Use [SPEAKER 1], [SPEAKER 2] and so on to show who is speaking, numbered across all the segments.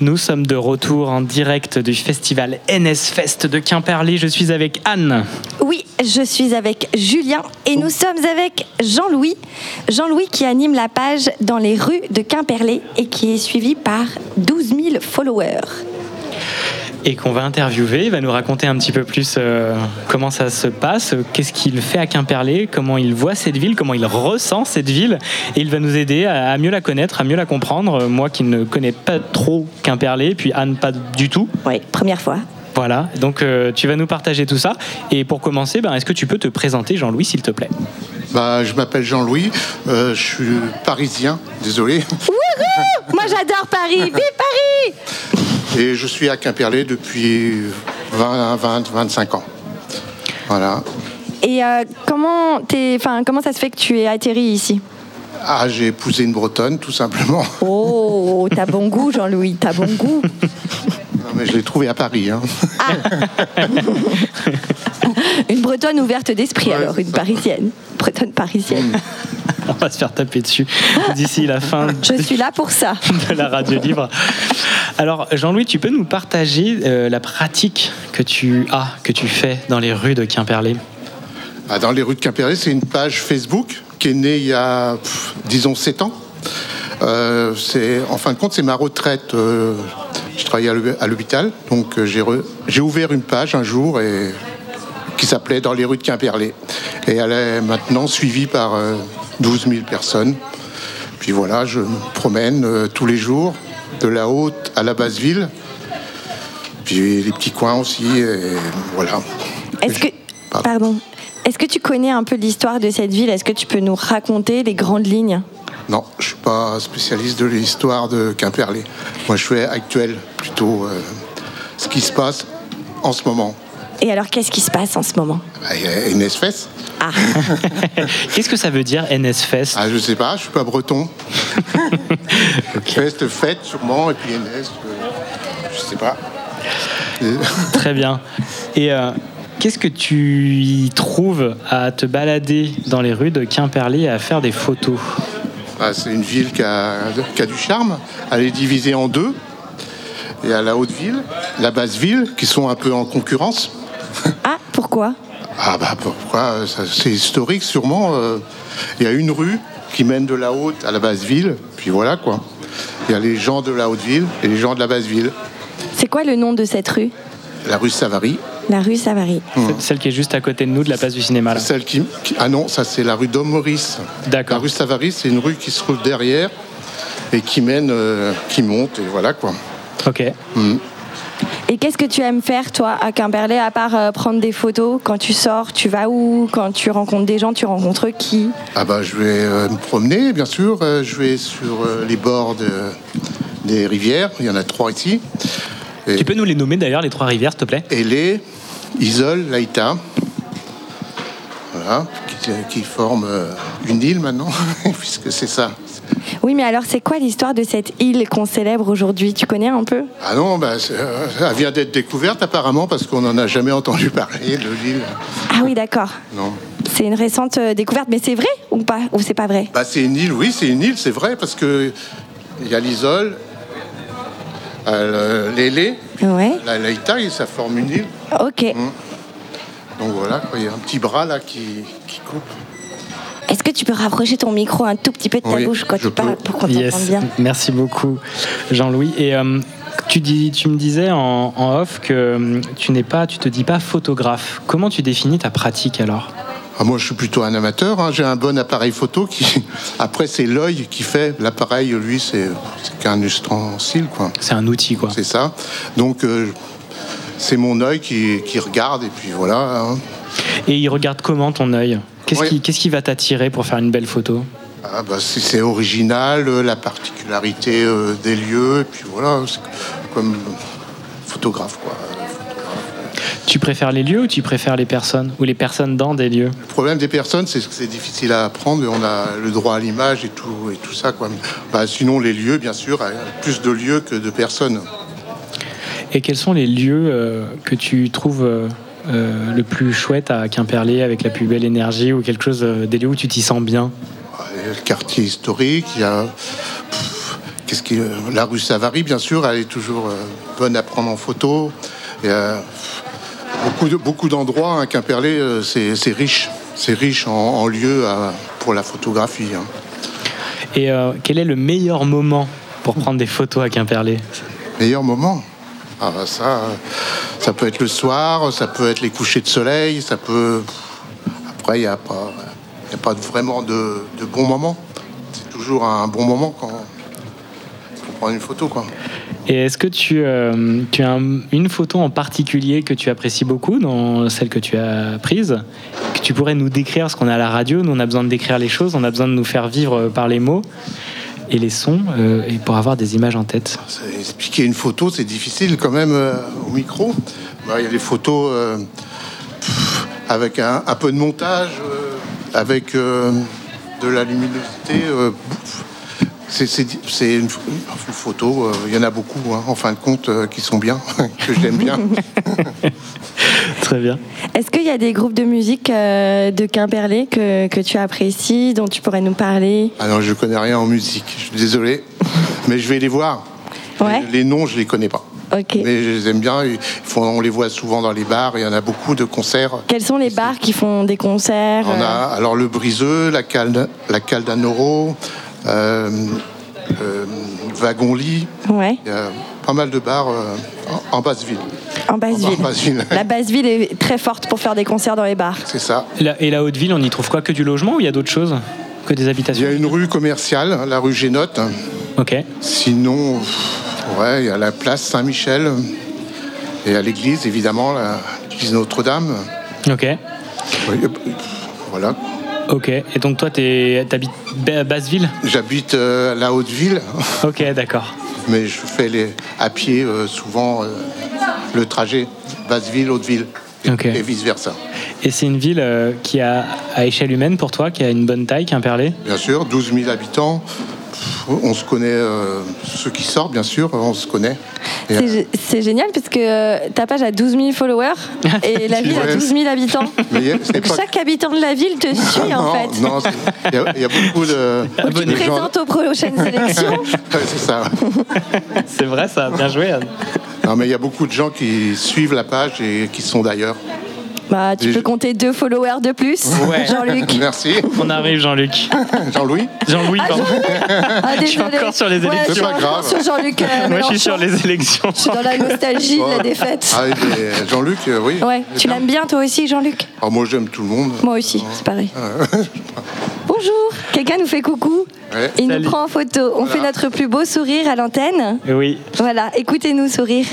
[SPEAKER 1] Nous sommes de retour en direct du festival NS Fest de Quimperlé. Je suis avec Anne.
[SPEAKER 2] Oui, je suis avec Julien et nous sommes avec Jean-Louis. Jean-Louis qui anime la page dans les rues de Quimperlé et qui est suivi par 12 000 followers
[SPEAKER 1] et qu'on va interviewer. Il va nous raconter un petit peu plus euh, comment ça se passe, euh, qu'est-ce qu'il fait à Quimperlé, comment il voit cette ville, comment il ressent cette ville. Et il va nous aider à, à mieux la connaître, à mieux la comprendre. Euh, Moi qui ne connais pas trop Quimperlé, puis Anne pas du tout.
[SPEAKER 2] Oui, première fois.
[SPEAKER 1] Voilà, donc euh, tu vas nous partager tout ça. Et pour commencer, ben, est-ce que tu peux te présenter, Jean-Louis, s'il te plaît
[SPEAKER 3] Bah, je m'appelle Jean-Louis, euh, je suis parisien, désolé,
[SPEAKER 2] Wouhou Moi j'adore Paris, vive Paris
[SPEAKER 3] et je suis à Quimperlé depuis 20, 20, 25 ans. Voilà.
[SPEAKER 2] Et euh, comment, t'es- enfin, comment ça se fait que tu es atterri ici
[SPEAKER 3] Ah, j'ai épousé une Bretonne, tout simplement.
[SPEAKER 2] Oh, t'as bon goût Jean-Louis, t'as bon goût
[SPEAKER 3] Non, mais je l'ai trouvée à Paris. hein.
[SPEAKER 2] Une bretonne ouverte d'esprit
[SPEAKER 3] Ouais,
[SPEAKER 2] alors,
[SPEAKER 3] c'est
[SPEAKER 2] une
[SPEAKER 3] ça.
[SPEAKER 2] parisienne, bretonne parisienne.
[SPEAKER 1] On va se faire taper dessus d'ici la fin
[SPEAKER 2] Je suis là pour ça.
[SPEAKER 1] de la radio libre. Alors, Jean-Louis, tu peux nous partager euh, la pratique que tu as, que tu fais dans les rues de Quimperlé
[SPEAKER 3] Ah, dans les rues de Quimperlé, c'est une page Facebook qui est née il y a, pff, disons, 7 ans. Euh, c'est- en fin de compte, c'est ma retraite. euh, je travaillais à l'hôp- à l'hôpital, donc euh, j'ai re- j'ai ouvert une page un jour et, qui s'appelait Dans les rues de Quimperlé. Et elle est maintenant suivie par euh, 12 000 personnes. Puis voilà, je me promène euh, tous les jours, de la haute à la basse ville. Puis les petits coins aussi, et voilà.
[SPEAKER 2] Est-ce que,
[SPEAKER 3] Pardon.
[SPEAKER 2] pardon, est-ce que tu connais un peu l'histoire de cette ville Est-ce que tu peux nous raconter les grandes lignes
[SPEAKER 3] Non, je suis pas spécialiste de l'histoire de Quimperlé. Moi, je suis actuel, plutôt euh, ce qui se passe en ce moment. Bah,
[SPEAKER 2] Et alors qu'est-ce qui se passe en ce moment
[SPEAKER 3] Il y a une espèce
[SPEAKER 2] Ah,
[SPEAKER 1] Qu'est-ce que ça veut dire NSFest
[SPEAKER 3] ah, Je sais pas, je suis pas breton. Fest, fête, sûrement, et puis NS, euh, je sais pas. Euh,
[SPEAKER 1] Très bien. Et euh, qu'est-ce que tu y trouves à te balader dans les rues de Quimperlé et à faire des photos
[SPEAKER 3] ah, C'est une ville qui a, qui a du charme. Elle est divisée en deux. Il y a la haute ville, la basse ville, qui sont un peu en concurrence.
[SPEAKER 2] ah pourquoi
[SPEAKER 3] Ah bah pourquoi euh, ça- C'est historique sûrement. euh, Il y a une rue qui mène de la haute à la basse ville, puis voilà quoi. Il y a les gens de la haute ville et les gens de la basse ville.
[SPEAKER 2] C'est quoi le nom de cette rue
[SPEAKER 3] La rue Savary,
[SPEAKER 2] La rue Savary.
[SPEAKER 1] C'est Celle qui est juste à côté de nous, de la place du cinéma. là.
[SPEAKER 3] celle qui, qui- Ah non, ça c'est la rue Dom Maurice.
[SPEAKER 1] D'accord.
[SPEAKER 3] La rue Savary, c'est une rue qui se trouve derrière et qui mène, euh, qui monte, et voilà quoi.
[SPEAKER 1] Ok.
[SPEAKER 2] Et qu'est-ce que tu aimes faire toi à Quimperlé à part euh, prendre des photos Quand tu sors, tu vas où Quand tu rencontres des gens, tu rencontres qui
[SPEAKER 3] Ah bah je vais euh, me promener, bien sûr. Euh, je vais sur euh, les bords de- des rivières. Il y en a trois ici. Et-
[SPEAKER 1] Tu peux nous les nommer d'ailleurs, les trois rivières, s'il te plaît
[SPEAKER 3] Hélé, E, Isole, Laïta, voilà, qui, qui forment euh, une île maintenant, puisque c'est ça.
[SPEAKER 2] Oui, mais alors c'est quoi l'histoire de cette île qu'on célèbre aujourd'hui Tu connais un peu
[SPEAKER 3] Ah non, bah, c'est, euh, elle vient d'être découverte apparemment, parce qu'on n'en a jamais entendu parler de l'île.
[SPEAKER 2] Ah oui, d'accord.
[SPEAKER 3] Non.
[SPEAKER 2] C'est une récente euh, découverte, mais c'est vrai ou pas Ou c'est pas vrai
[SPEAKER 3] Bah, c'est une île, oui, c'est une île, c'est vrai, parce que il y a l'Isole, euh, l'Hélé,
[SPEAKER 2] Ouais.
[SPEAKER 3] la Laïta, et ça forme une île.
[SPEAKER 2] Ok.
[SPEAKER 3] Donc voilà, quoi, il y a un petit bras là qui, qui coupe.
[SPEAKER 2] Est-ce que tu peux rapprocher ton micro un tout petit peu de ta
[SPEAKER 3] Oui,
[SPEAKER 2] bouche quand
[SPEAKER 3] je
[SPEAKER 2] tu parles
[SPEAKER 3] peux.
[SPEAKER 2] pour qu'on t'entende
[SPEAKER 1] Yes.
[SPEAKER 2] bien
[SPEAKER 1] Merci beaucoup, Jean-Louis. Et euh, tu, dis, tu me disais en, en off que euh, tu n'es pas, tu te dis pas photographe. Comment tu définis ta pratique alors
[SPEAKER 3] Ah, moi, je suis plutôt un amateur. hein. J'ai un bon appareil photo qui. Après, c'est l'œil qui fait. L'appareil, lui, c'est c'est qu'un ustensile, quoi.
[SPEAKER 1] C'est un outil, quoi.
[SPEAKER 3] C'est ça. Donc, euh, c'est mon œil qui, qui regarde, et puis voilà. hein.
[SPEAKER 1] Et il regarde comment ton œil Qu'est-ce
[SPEAKER 3] Oui.
[SPEAKER 1] qui, qu'est-ce qui va t'attirer pour faire une belle photo
[SPEAKER 3] Ah, bah, c'est c'est original, euh, la particularité euh, des lieux, et puis voilà. hein, C'est comme photographe, quoi.
[SPEAKER 1] Tu préfères les lieux ou tu préfères les personnes Ou les personnes dans des lieux
[SPEAKER 3] Le problème des personnes, c'est que c'est difficile à apprendre. On a le droit à l'image et tout, et tout ça, quoi. Bah, sinon, les lieux, bien sûr, euh, plus de lieux que de personnes.
[SPEAKER 1] Et quels sont les lieux euh, que tu trouves euh, euh, le plus chouette à Quimperlé avec la plus belle énergie ou quelque chose, euh, des lieux où tu t'y sens bien
[SPEAKER 3] Il y a Le quartier historique, il y a. pff, qu'est-ce qu'est-ce qui, la rue Savary, bien sûr, elle est toujours euh, bonne à prendre en photo. Et, euh, beaucoup, de, beaucoup d'endroits, hein, Quimperlé, euh, c'est, c'est riche. C'est riche en, en lieux à- pour la photographie. hein.
[SPEAKER 1] Et euh, quel est le meilleur moment pour prendre des photos à Quimperlé
[SPEAKER 3] Meilleur moment ah bah ça, euh, ça peut être le soir, ça peut être les couchers de soleil, ça peut. Après, il n'y a pas, il y a pas vraiment de, de bon moment. C'est toujours un bon moment quand on prend une photo, quoi.
[SPEAKER 1] Et est-ce que tu, euh, tu as un- une photo en particulier que tu apprécies beaucoup dans celle que tu as prise Que tu pourrais nous décrire Parce qu'on est à la radio, nous on a besoin de décrire les choses, on a besoin de nous faire vivre euh, par les mots et les sons euh, et pour avoir des images en tête.
[SPEAKER 3] C'est- Expliquer une photo, c'est difficile quand même euh, au micro. Bah, Il y a des photos euh, pff, avec un, un peu de montage, euh, avec euh, de la luminosité. euh, pff. c'est c'est di- c'est une, ph- une photo, euh, il y en a beaucoup, hein, en fin de compte, euh, qui sont bien, que j'aime bien.
[SPEAKER 1] Très bien.
[SPEAKER 2] Est-ce qu'il y a des groupes de musique euh, de Quimperlé que, que tu apprécies, dont tu pourrais nous parler
[SPEAKER 3] Alors, Ah je connais rien en musique, je suis désolé, mais je vais les voir.
[SPEAKER 2] Ouais.
[SPEAKER 3] Les, les noms, je les connais pas.
[SPEAKER 2] Ok.
[SPEAKER 3] Mais je les aime bien, ils font- on les voit souvent dans les bars, il y en a beaucoup de concerts.
[SPEAKER 2] Quels sont les bars qui font des concerts
[SPEAKER 3] On a alors le briseux, la cale, la cale d'Anoro, euh, euh, Wagon Lit.
[SPEAKER 2] euh, Ouais,
[SPEAKER 3] Il y a pas mal de bars euh, en, en basse ville.
[SPEAKER 2] en basse ville.
[SPEAKER 3] En basse ville.
[SPEAKER 2] La basse ville est très forte pour faire des concerts dans les bars.
[SPEAKER 3] C'est ça.
[SPEAKER 1] La- et la haute ville, on y trouve quoi Que du logement ou il y a d'autres choses Que des
[SPEAKER 3] Il
[SPEAKER 1] habitations
[SPEAKER 3] y a une rue commerciale, hein, la rue Génote.
[SPEAKER 1] Ok.
[SPEAKER 3] Sinon, pff, ouais, il y a la place Saint-Michel. Et à l'église, évidemment, la- l'église Notre-Dame.
[SPEAKER 1] Ok.
[SPEAKER 3] Oui, euh, Voilà.
[SPEAKER 1] Ok. Et donc toi, t'es- t'habites Ba- Basse-Ville
[SPEAKER 3] J'habite euh, la Haute-Ville,
[SPEAKER 1] Ok, d'accord.
[SPEAKER 3] mais je fais les, à pied euh, souvent euh, le trajet Basse-Ville, Haute-Ville. Et-
[SPEAKER 1] Ok.
[SPEAKER 3] et vice-versa.
[SPEAKER 1] Et c'est une ville euh, qui a, à échelle humaine pour toi, qui a une bonne taille, Quimperlé
[SPEAKER 3] Bien sûr, 12 000 habitants. Pff, On se connaît, euh, ceux qui sortent, bien sûr, euh, on se connaît. Et,
[SPEAKER 2] C'est gé- C'est génial parce que euh, ta page a 12 000 followers et la ville a
[SPEAKER 3] Ouais.
[SPEAKER 2] 12 000 habitants.
[SPEAKER 3] Mais y a- c'est
[SPEAKER 2] Donc
[SPEAKER 3] pas-
[SPEAKER 2] chaque habitant de la ville te suit en
[SPEAKER 3] non,
[SPEAKER 2] fait.
[SPEAKER 3] non, c'est- il y a- il y, a beaucoup de.
[SPEAKER 2] Donc, tu
[SPEAKER 3] de
[SPEAKER 2] te présentes aux prochaines élections.
[SPEAKER 3] Ouais, c'est ça.
[SPEAKER 1] C'est vrai, ça. Bien joué, Anne.
[SPEAKER 3] Non, mais il y a beaucoup de gens qui suivent la page et qui sont d'ailleurs.
[SPEAKER 2] Bah, tu
[SPEAKER 3] Des-
[SPEAKER 2] peux compter deux followers de plus,
[SPEAKER 1] Ouais.
[SPEAKER 2] Jean-Luc.
[SPEAKER 3] Merci,
[SPEAKER 1] On arrive, Jean-Luc.
[SPEAKER 3] Jean-Louis.
[SPEAKER 1] Jean-Louis, pardon.
[SPEAKER 2] Ah,
[SPEAKER 1] suis
[SPEAKER 2] désolée.
[SPEAKER 1] encore sur les
[SPEAKER 2] Ouais,
[SPEAKER 1] élections.
[SPEAKER 2] je suis
[SPEAKER 3] C'est pas
[SPEAKER 2] encore
[SPEAKER 3] grave.
[SPEAKER 2] sur Jean-Luc. euh,
[SPEAKER 1] Moi, je
[SPEAKER 2] Mélenchon.
[SPEAKER 1] suis sur les élections.
[SPEAKER 2] Je suis dans la nostalgie de la défaite.
[SPEAKER 3] Ah, il est- Jean-Luc, euh, oui.
[SPEAKER 2] Ouais, tu l'aimes bien toi aussi, Jean-Luc
[SPEAKER 3] Ah, moi, j'aime tout le monde.
[SPEAKER 2] Moi aussi, c'est pareil.
[SPEAKER 3] Ah.
[SPEAKER 2] Bonjour, quelqu'un nous fait coucou.
[SPEAKER 3] Ouais.
[SPEAKER 2] Il
[SPEAKER 1] Salut.
[SPEAKER 2] nous prend en photo. On fait notre plus beau sourire à l'antenne.
[SPEAKER 1] Oui.
[SPEAKER 2] Voilà, écoutez-nous sourire.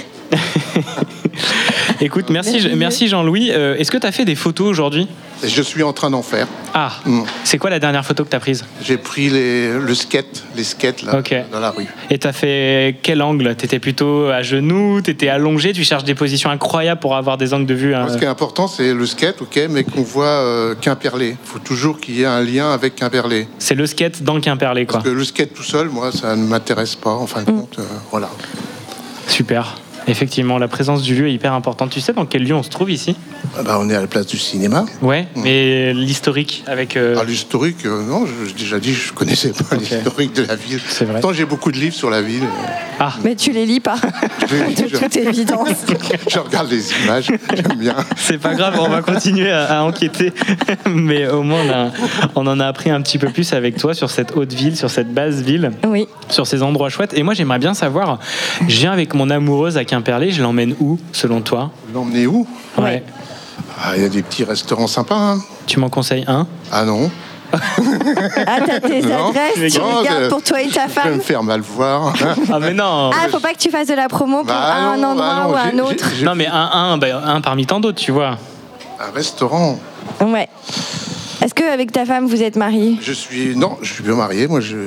[SPEAKER 1] Écoute, merci, Je- merci Jean-Louis. Euh, Est-ce que tu as fait des photos aujourd'hui
[SPEAKER 3] Et je suis en train d'en faire.
[SPEAKER 1] Ah,
[SPEAKER 3] Mm.
[SPEAKER 1] c'est quoi la dernière photo que tu as prise
[SPEAKER 3] J'ai pris les, le skate, les skates là,
[SPEAKER 1] Ok. Ah
[SPEAKER 3] dans la rue.
[SPEAKER 1] Et tu as fait quel angle T'étais plutôt à genoux, t'étais allongé, tu cherches des positions incroyables pour avoir des angles de vue. hein.
[SPEAKER 3] Moi, Ce qui est important, c'est le skate, ok, mais qu'on voit euh, Quimperlé. Il faut toujours qu'il y ait un lien avec Quimperlé.
[SPEAKER 1] C'est le skate dans le Quimperlé, quoi.
[SPEAKER 3] Parce que le skate tout seul, moi, ça ne m'intéresse pas, en fin de compte. euh, voilà.
[SPEAKER 1] Super. Effectivement, la présence du lieu est hyper importante. Tu sais dans quel lieu on se trouve ici
[SPEAKER 3] Ah bah, on est à la place du cinéma.
[SPEAKER 1] Ouais, mais l'historique avec. euh,
[SPEAKER 3] Ah, l'historique, euh, non, je- j'ai déjà dit, je connaissais pas l'historique de la ville.
[SPEAKER 1] C'est vrai.
[SPEAKER 3] Pourtant, j'ai beaucoup de livres sur la ville.
[SPEAKER 1] Ah,
[SPEAKER 2] Mais tu les lis pas, de
[SPEAKER 3] Je,
[SPEAKER 2] toute évidence.
[SPEAKER 3] je regarde les images, j'aime bien.
[SPEAKER 1] c'est pas grave, on va continuer à, à enquêter. Mais au moins, on, a- on en a appris un petit peu plus avec toi sur cette haute ville, sur cette basse ville,
[SPEAKER 2] Oui.
[SPEAKER 1] sur ces endroits chouettes. Et moi, j'aimerais bien savoir, je viens avec mon amoureuse à Quimperlé, je l'emmène où, selon toi
[SPEAKER 3] L'emmener où
[SPEAKER 1] Ouais.
[SPEAKER 2] Ouais.
[SPEAKER 3] Ah, Il y a des petits restaurants sympas. hein.
[SPEAKER 1] Tu m'en conseilles un
[SPEAKER 3] Ah non,
[SPEAKER 2] Ah, t'as tes
[SPEAKER 3] Non.
[SPEAKER 2] adresses, tu
[SPEAKER 3] Non,
[SPEAKER 2] les gardes
[SPEAKER 3] c'est-
[SPEAKER 2] pour toi et ta
[SPEAKER 3] je vais me
[SPEAKER 2] femme.
[SPEAKER 3] faire mal voir.
[SPEAKER 1] Ah, mais non
[SPEAKER 2] Ah, faut pas que tu fasses de la promo pour
[SPEAKER 3] Bah
[SPEAKER 2] un
[SPEAKER 3] non, bah
[SPEAKER 2] endroit
[SPEAKER 3] non,
[SPEAKER 2] ou un
[SPEAKER 3] j'ai-
[SPEAKER 2] autre.
[SPEAKER 3] j'ai- j'ai-
[SPEAKER 1] Non, mais un, un, bah, un parmi tant d'autres, tu vois.
[SPEAKER 3] Un restaurant.
[SPEAKER 2] Ouais. Est-ce que avec ta femme vous êtes mariés
[SPEAKER 3] Je suis. Non, je suis bien marié, moi, je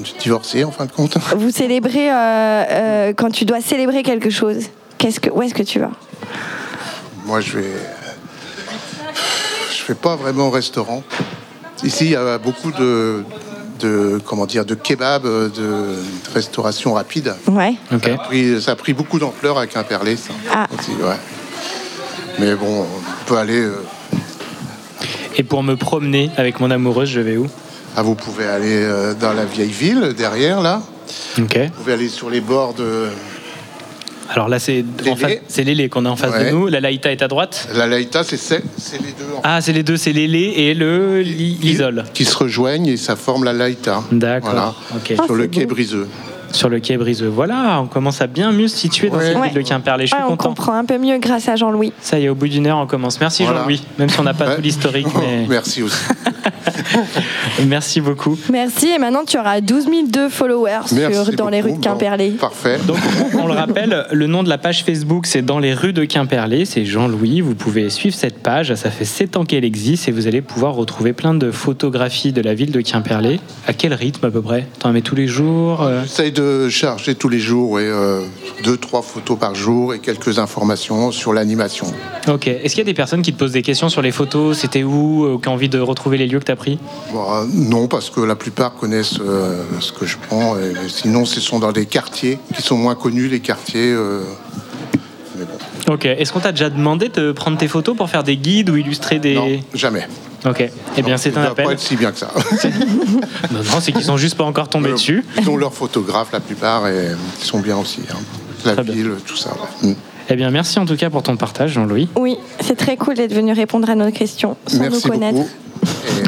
[SPEAKER 3] je suis divorcé, en fin de compte.
[SPEAKER 2] Vous célébrez euh, euh, quand tu dois célébrer quelque chose. Qu'est-ce que où est-ce que tu vas
[SPEAKER 3] Moi, je vais. Je fais pas vraiment au restaurant. Ici, il y a beaucoup de, de comment dire, de kebab, euh, de restauration rapide.
[SPEAKER 2] Ouais.
[SPEAKER 1] Ok.
[SPEAKER 3] Ça, a pris, ça a pris beaucoup d'ampleur avec un perlé, ça.
[SPEAKER 2] Ah.
[SPEAKER 3] Aussi, ouais. Mais bon, on peut aller. euh,
[SPEAKER 1] Et pour me promener avec mon amoureuse, je vais où
[SPEAKER 3] ah, vous pouvez aller euh, dans la vieille ville derrière, là.
[SPEAKER 1] Ok.
[SPEAKER 3] Vous pouvez aller sur les bords de
[SPEAKER 1] Alors là, c'est en face- c'est l'élé qu'on a en face de
[SPEAKER 3] Ouais.
[SPEAKER 1] nous. La Laïta est à droite.
[SPEAKER 3] la Laïta, c'est c'est- c'est les deux en
[SPEAKER 1] Ah, c'est les deux, c'est l'élé et le li- l'isole.
[SPEAKER 3] qui se rejoignent et ça forme la Laïta.
[SPEAKER 1] D'accord, ok.
[SPEAKER 2] Ah,
[SPEAKER 3] Sur le
[SPEAKER 2] c'est
[SPEAKER 3] quai
[SPEAKER 2] beau.
[SPEAKER 3] briseux.
[SPEAKER 1] Sur le quai briseux. Voilà, on commence à bien mieux se situer dans
[SPEAKER 3] Ouais.
[SPEAKER 1] cette
[SPEAKER 2] Ouais.
[SPEAKER 1] ville de Quimperlé. Je suis
[SPEAKER 2] Ouais, on
[SPEAKER 1] content.
[SPEAKER 2] comprend un peu mieux grâce à Jean-Louis.
[SPEAKER 1] Ça y est, au bout d'une heure, on commence. Merci
[SPEAKER 3] Voilà.
[SPEAKER 1] Jean-Louis, même si on n'a pas
[SPEAKER 3] Ouais. Oh,
[SPEAKER 1] tout l'historique, mais
[SPEAKER 3] Merci aussi.
[SPEAKER 1] merci beaucoup.
[SPEAKER 2] Merci, et maintenant tu auras 12 002 followers
[SPEAKER 3] Merci
[SPEAKER 2] sur, dans les
[SPEAKER 3] beaucoup. bah.
[SPEAKER 2] rues de Quimperlé.
[SPEAKER 3] Bon, parfait.
[SPEAKER 1] Donc, on le rappelle, le nom de la page Facebook, c'est Dans les rues de Quimperlé. C'est Jean-Louis. Vous pouvez suivre cette page. Ça fait 7 ans qu'elle existe et vous allez pouvoir retrouver plein de photographies de la ville de Quimperlé. À quel rythme à peu près T'en mets tous les jours euh,
[SPEAKER 3] J'essaye de charger tous les jours ouais, euh, deux, trois photos par jour et quelques informations sur l'animation.
[SPEAKER 1] Ok. Est-ce qu'il y a des personnes qui te posent des questions sur les photos C'était où euh, Qui ont envie de retrouver les lieux que t'as pris
[SPEAKER 3] Bon, euh, non, parce que la plupart connaissent euh, ce que je prends. et sinon, ce sont dans des quartiers qui sont moins connus, les quartiers. euh, mais bon.
[SPEAKER 1] Ok. Est-ce qu'on t'a déjà demandé de prendre tes photos pour faire des guides ou illustrer des.
[SPEAKER 3] Non, jamais.
[SPEAKER 1] Ok. Eh bien, c'est
[SPEAKER 3] Ça
[SPEAKER 1] un
[SPEAKER 3] doit
[SPEAKER 1] appel.
[SPEAKER 3] pas être si bien que ça.
[SPEAKER 1] Non, non, c'est qu'ils sont juste pas encore
[SPEAKER 3] Euh.
[SPEAKER 1] tombés dessus.
[SPEAKER 3] Ils ont leurs photographes, la plupart, et ils sont bien aussi. hein. La
[SPEAKER 1] Très bien.
[SPEAKER 3] ville, tout ça. ouais. Mm.
[SPEAKER 1] Eh bien, merci en tout cas pour ton partage, Jean-Louis.
[SPEAKER 2] Oui, c'est très cool d'être venu répondre à nos questions sans
[SPEAKER 3] Merci
[SPEAKER 2] nous connaître.
[SPEAKER 3] beaucoup.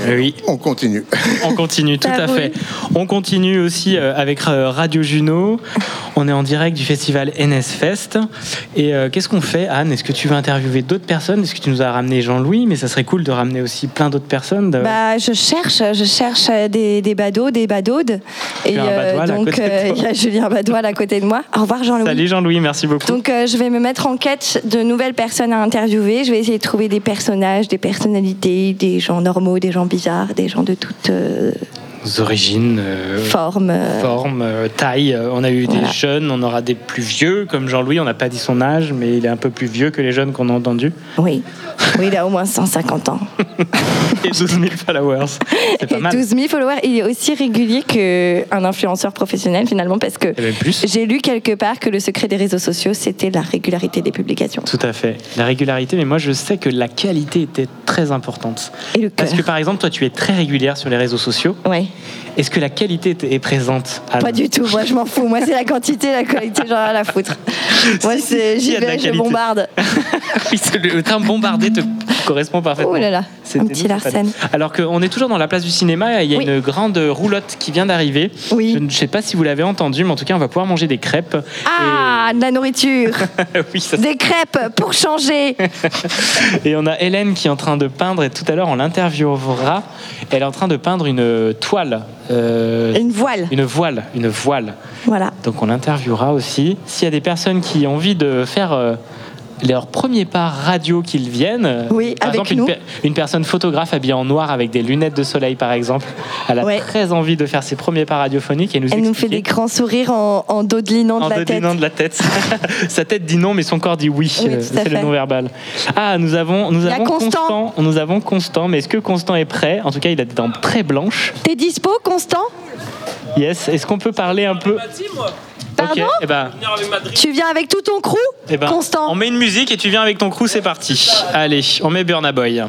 [SPEAKER 3] Et
[SPEAKER 1] Oui.
[SPEAKER 3] On continue.
[SPEAKER 1] On continue, tout
[SPEAKER 2] Ça
[SPEAKER 1] à
[SPEAKER 2] roule.
[SPEAKER 1] fait. On continue aussi euh, avec euh, Radio Juno. On est en direct du festival NS Fest. Et euh, qu'est-ce qu'on fait, Anne Est-ce que tu veux interviewer d'autres personnes Est-ce que tu nous as ramené Jean-Louis Mais ça serait cool de ramener aussi plein d'autres personnes. de-
[SPEAKER 2] Bah, je cherche, je cherche euh, des, des badauds, des badaudes. Et
[SPEAKER 1] as un badoil à
[SPEAKER 2] donc,
[SPEAKER 1] côté de
[SPEAKER 2] euh,
[SPEAKER 1] toi.
[SPEAKER 2] il y a Julien Badoil à côté de moi. Au revoir, Jean-Louis.
[SPEAKER 1] Salut Jean-Louis, merci beaucoup.
[SPEAKER 2] Donc euh, je vais me mettre en quête de nouvelles personnes à interviewer. Je vais essayer de trouver des personnages, des personnalités, des gens normaux, des gens bizarres, des gens de toutes euh,
[SPEAKER 1] Origines, euh,
[SPEAKER 2] formes. euh.
[SPEAKER 1] forme, euh, taille. Euh, On a eu
[SPEAKER 2] Voilà.
[SPEAKER 1] des jeunes, on aura des plus vieux, comme Jean-Louis. On n'a pas dit son âge, mais il est un peu plus vieux que les jeunes qu'on a entendus.
[SPEAKER 2] Oui. oui, il a au moins 150 ans.
[SPEAKER 1] Et 12 000 followers. C'est pas
[SPEAKER 2] Et
[SPEAKER 1] mal.
[SPEAKER 2] 12 000 followers, il est aussi régulier qu'un influenceur professionnel finalement parce que
[SPEAKER 1] Et même plus.
[SPEAKER 2] j'ai lu quelque part que le secret des réseaux sociaux, c'était la régularité des publications.
[SPEAKER 1] Tout à fait. La régularité, mais moi je sais que la qualité était très importante.
[SPEAKER 2] Et le cœur.
[SPEAKER 1] Parce que par exemple, toi tu es très régulière sur les réseaux sociaux.
[SPEAKER 2] Ouais.
[SPEAKER 1] Est-ce que la qualité t- est présente Anne
[SPEAKER 2] Pas du tout, moi je m'en fous. Moi c'est la quantité, la qualité, j'en ai rien à foutre. Moi
[SPEAKER 1] Si, si,
[SPEAKER 2] c'est
[SPEAKER 1] si, il y
[SPEAKER 2] j'y
[SPEAKER 1] a de la
[SPEAKER 2] vais, je
[SPEAKER 1] qualité.
[SPEAKER 2] bombarde.
[SPEAKER 1] Oui, c'est le, le terme bombardé te correspond parfaitement.
[SPEAKER 2] Oh là là,
[SPEAKER 1] C'était-
[SPEAKER 2] un petit
[SPEAKER 1] non, c'est pas-
[SPEAKER 2] Larsen.
[SPEAKER 1] Alors qu'on est toujours dans la place du cinéma, il y a
[SPEAKER 2] Oui.
[SPEAKER 1] une grande roulotte qui vient d'arriver.
[SPEAKER 2] Oui.
[SPEAKER 1] Je ne sais pas si vous l'avez entendu, mais en tout cas, on va pouvoir manger des crêpes.
[SPEAKER 2] Ah, de la nourriture
[SPEAKER 1] Et, oui, ça,
[SPEAKER 2] Des crêpes pour changer
[SPEAKER 1] et on a Hélène qui est en train de peindre, et tout à l'heure, on l'interviewera. Elle est en train de peindre une toile. euh,
[SPEAKER 2] Une voile.
[SPEAKER 1] Une voile, une voile.
[SPEAKER 2] Voilà.
[SPEAKER 1] Donc on l'interviewera aussi. S'il y a des personnes qui ont envie de faire euh, leur premier pas radio qu'ils viennent, euh,
[SPEAKER 2] Oui,
[SPEAKER 1] par
[SPEAKER 2] avec
[SPEAKER 1] exemple une
[SPEAKER 2] nous.
[SPEAKER 1] une, personne photographe habillée en noir avec des lunettes de soleil par exemple, elle a
[SPEAKER 2] Ouais.
[SPEAKER 1] très envie de faire ses premiers pas radiophoniques et nous
[SPEAKER 2] Elle nous fait
[SPEAKER 1] expliquer
[SPEAKER 2] des grands sourires en, en dodelinant de
[SPEAKER 1] en
[SPEAKER 2] la tête.
[SPEAKER 1] dodelinant de la tête. Sa tête dit non, mais son corps dit oui.
[SPEAKER 2] Oui,
[SPEAKER 1] Euh,
[SPEAKER 2] tout à
[SPEAKER 1] c'est le
[SPEAKER 2] fait.
[SPEAKER 1] non-verbal. Ah, nous avons, nous
[SPEAKER 2] y a
[SPEAKER 1] avons
[SPEAKER 2] Constant.
[SPEAKER 1] Nous avons Constant, mais est-ce que Constant est prêt En tout cas, il a des dents très blanches.
[SPEAKER 2] T'es dispo, Constant
[SPEAKER 1] Yes. Est-ce qu'on peut parler un peu
[SPEAKER 2] Pardon
[SPEAKER 1] Ok, eh ben,
[SPEAKER 2] Tu viens avec tout ton crew
[SPEAKER 1] Eh ben,
[SPEAKER 2] Constant
[SPEAKER 1] On met une musique et tu viens avec ton crew, c'est parti. Allez, on met Burna Boy.